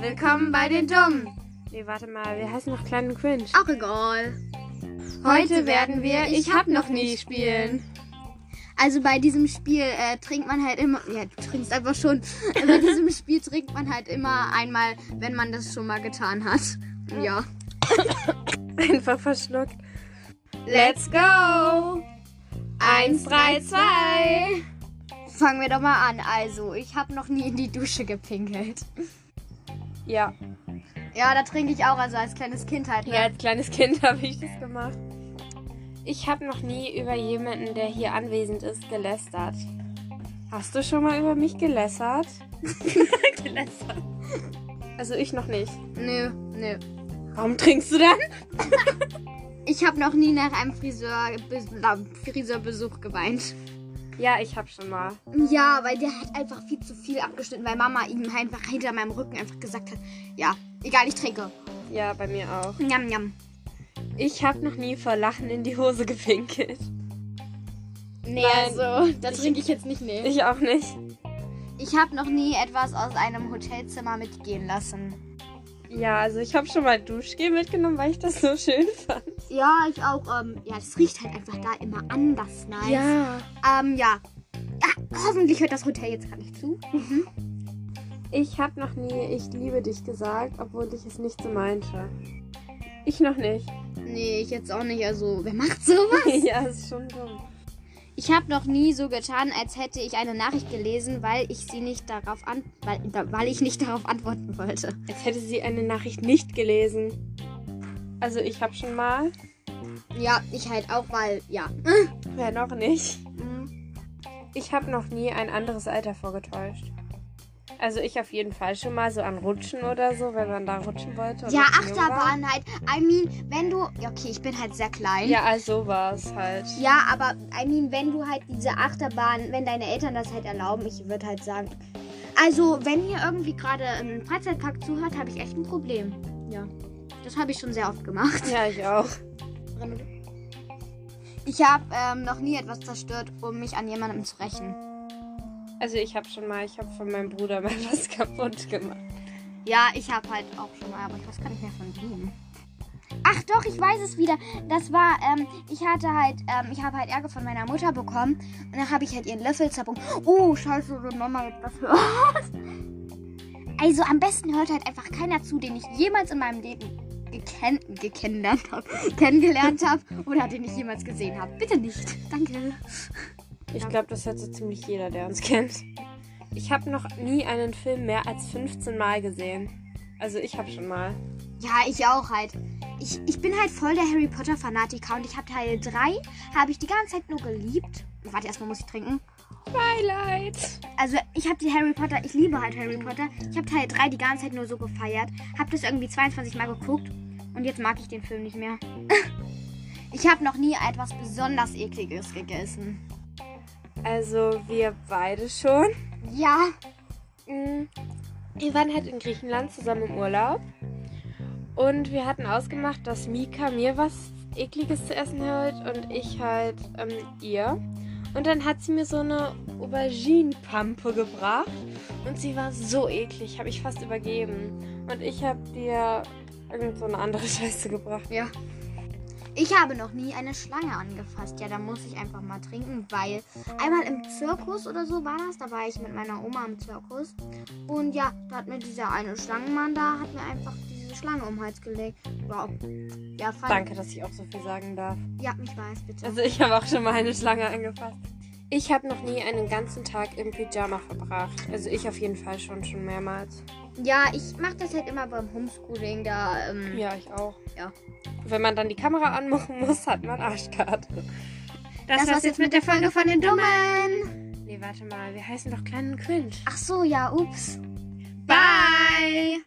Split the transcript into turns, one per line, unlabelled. Willkommen bei den Dummen.
Nee, warte mal, wir heißen noch Klein und Cringe.
Auch egal. Heute werden wir Ich hab noch nie spielen. Also bei diesem Spiel äh, trinkt man halt immer, ja, du trinkst einfach schon. Äh, bei diesem Spiel trinkt man halt immer einmal, wenn man das schon mal getan hat. Ja.
Einfach verschluckt.
Let's go! Eins, drei, zwei. Fangen wir doch mal an. Also, ich habe noch nie in die Dusche gepinkelt.
Ja.
Ja, da trinke ich auch, also als kleines Kind halt. Ne?
Ja, als kleines Kind habe ich das gemacht. Ich habe noch nie über jemanden, der hier anwesend ist, gelästert. Hast du schon mal über mich gelästert? gelästert. Also ich noch nicht.
Nö, nö.
Warum trinkst du dann?
Ich habe noch nie nach einem Friseur, Be- na, Friseurbesuch geweint.
Ja, ich hab schon mal.
Ja, weil der hat einfach viel zu viel abgeschnitten, weil Mama ihm einfach hinter meinem Rücken einfach gesagt hat, ja, egal, ich trinke.
Ja, bei mir auch.
Njam, njam.
Ich habe noch nie vor Lachen in die Hose gepinkelt.
Nee,
Nein.
also, da
Ich-
trinke ich jetzt nicht, nee.
Ich auch nicht.
Ich habe noch nie etwas aus einem Hotelzimmer mitgehen lassen.
Ja, also ich habe schon mal Duschgel mitgenommen, weil ich das so schön fand.
Ja, ich auch. Ähm, ja, es riecht halt einfach da immer anders nice.
Ja.
Ähm, ja. Ah, hoffentlich hört das Hotel jetzt gar nicht zu.
Ich habe noch nie ich liebe dich gesagt, obwohl ich es nicht so meinte. Ich noch nicht.
Nee, ich jetzt auch nicht. Also, wer macht sowas?
ja, ist schon dumm.
Ich habe noch nie so getan, als hätte ich eine Nachricht gelesen, weil ich sie nicht darauf an weil, da, weil ich nicht darauf antworten wollte.
Als hätte sie eine Nachricht nicht gelesen. Also ich habe schon mal.
Ja, ich halt auch, weil ja.
Wer noch nicht? Ich habe noch nie ein anderes Alter vorgetäuscht. Also ich auf jeden Fall schon mal so an Rutschen oder so, wenn man da rutschen wollte. und
Ja,
noch jung war.
Achterbahn halt. I mean, wenn du ja, okay, ich bin halt sehr klein.
Ja, also war's halt.
Ja, aber I mean, wenn du halt diese Achterbahn, wenn deine Eltern das halt erlauben, ich würde halt sagen. Also, wenn hier irgendwie gerade ein Freizeitpark zuhört, habe ich echt ein Problem. Ja. Das habe ich schon sehr oft gemacht.
Ja, ich auch.
Ich habe ähm, noch nie etwas zerstört, um mich an jemandem zu rächen.
Also ich habe schon mal, ich habe von meinem Bruder mal was kaputt gemacht.
Ja, ich habe halt auch schon mal, aber ich weiß gar nicht mehr von wem. Ach doch, ich weiß es wieder. Das war, ähm, ich hatte halt, ähm, ich habe halt Ärger von meiner Mutter bekommen. Und dann habe ich halt ihren Löffel zerbrochen. Oh, scheiße, wenn Mama jetzt das hört. Also am besten hört halt einfach keiner zu, den ich jemals in meinem Leben geken gekennenlernt habe, kennengelernt habe oder den ich jemals gesehen habe. Bitte nicht. Danke.
Ich glaube, das hat so ziemlich jeder, der uns kennt. Ich habe noch nie einen Film mehr als 15 Mal gesehen. Also ich habe schon mal.
Ja, ich auch halt. Ich, ich bin halt voll der Harry Potter Fanatiker und ich habe Teil 3, habe ich die ganze Zeit nur geliebt. Warte, erstmal muss ich trinken.
Twilight.
Also ich habe die Harry Potter, ich liebe halt Harry Potter. Ich habe Teil 3 die ganze Zeit nur so gefeiert, habe das irgendwie 22 Mal geguckt und jetzt mag ich den Film nicht mehr. ich habe noch nie etwas besonders ekliges gegessen.
Also wir beide schon.
Ja,
Mm, Wir waren halt in Griechenland zusammen im Urlaub. Und wir hatten ausgemacht, dass Mika mir was Ekliges zu essen hält und ich halt ähm, ihr. Und dann hat sie mir so eine Auberginenpampe gebracht. Und sie war so eklig, habe ich fast übergeben. Und ich habe dir irgend so eine andere Scheiße gebracht.
ja. Ich habe noch nie eine Schlange angefasst. Ja, da muss ich einfach mal trinken, weil einmal im Zirkus oder so war das. Da war ich mit meiner Oma im Zirkus. Und ja, da hat mir dieser eine Schlangenmann da, hat mir einfach diese Schlange um den Hals gelegt. Wow. Ja, fand
Danke, dass ich auch so viel sagen darf.
Ja, mich weiß, bitte.
Also ich habe auch schon mal eine Schlange angefasst. Ich habe noch nie einen ganzen Tag im Pyjama verbracht. Also ich auf jeden Fall schon, schon mehrmals.
ja, ich mache das halt immer beim Homeschooling. Da, ähm,
Ja, ich auch.
Ja.
Wenn man dann die Kamera anmachen muss, hat man Arschkarte.
Das, war's jetzt mit der Folge von den Dummen.
Nee, warte mal, wir heißen doch Kleinen Cringe.
Ach so, ja, ups.
Bye!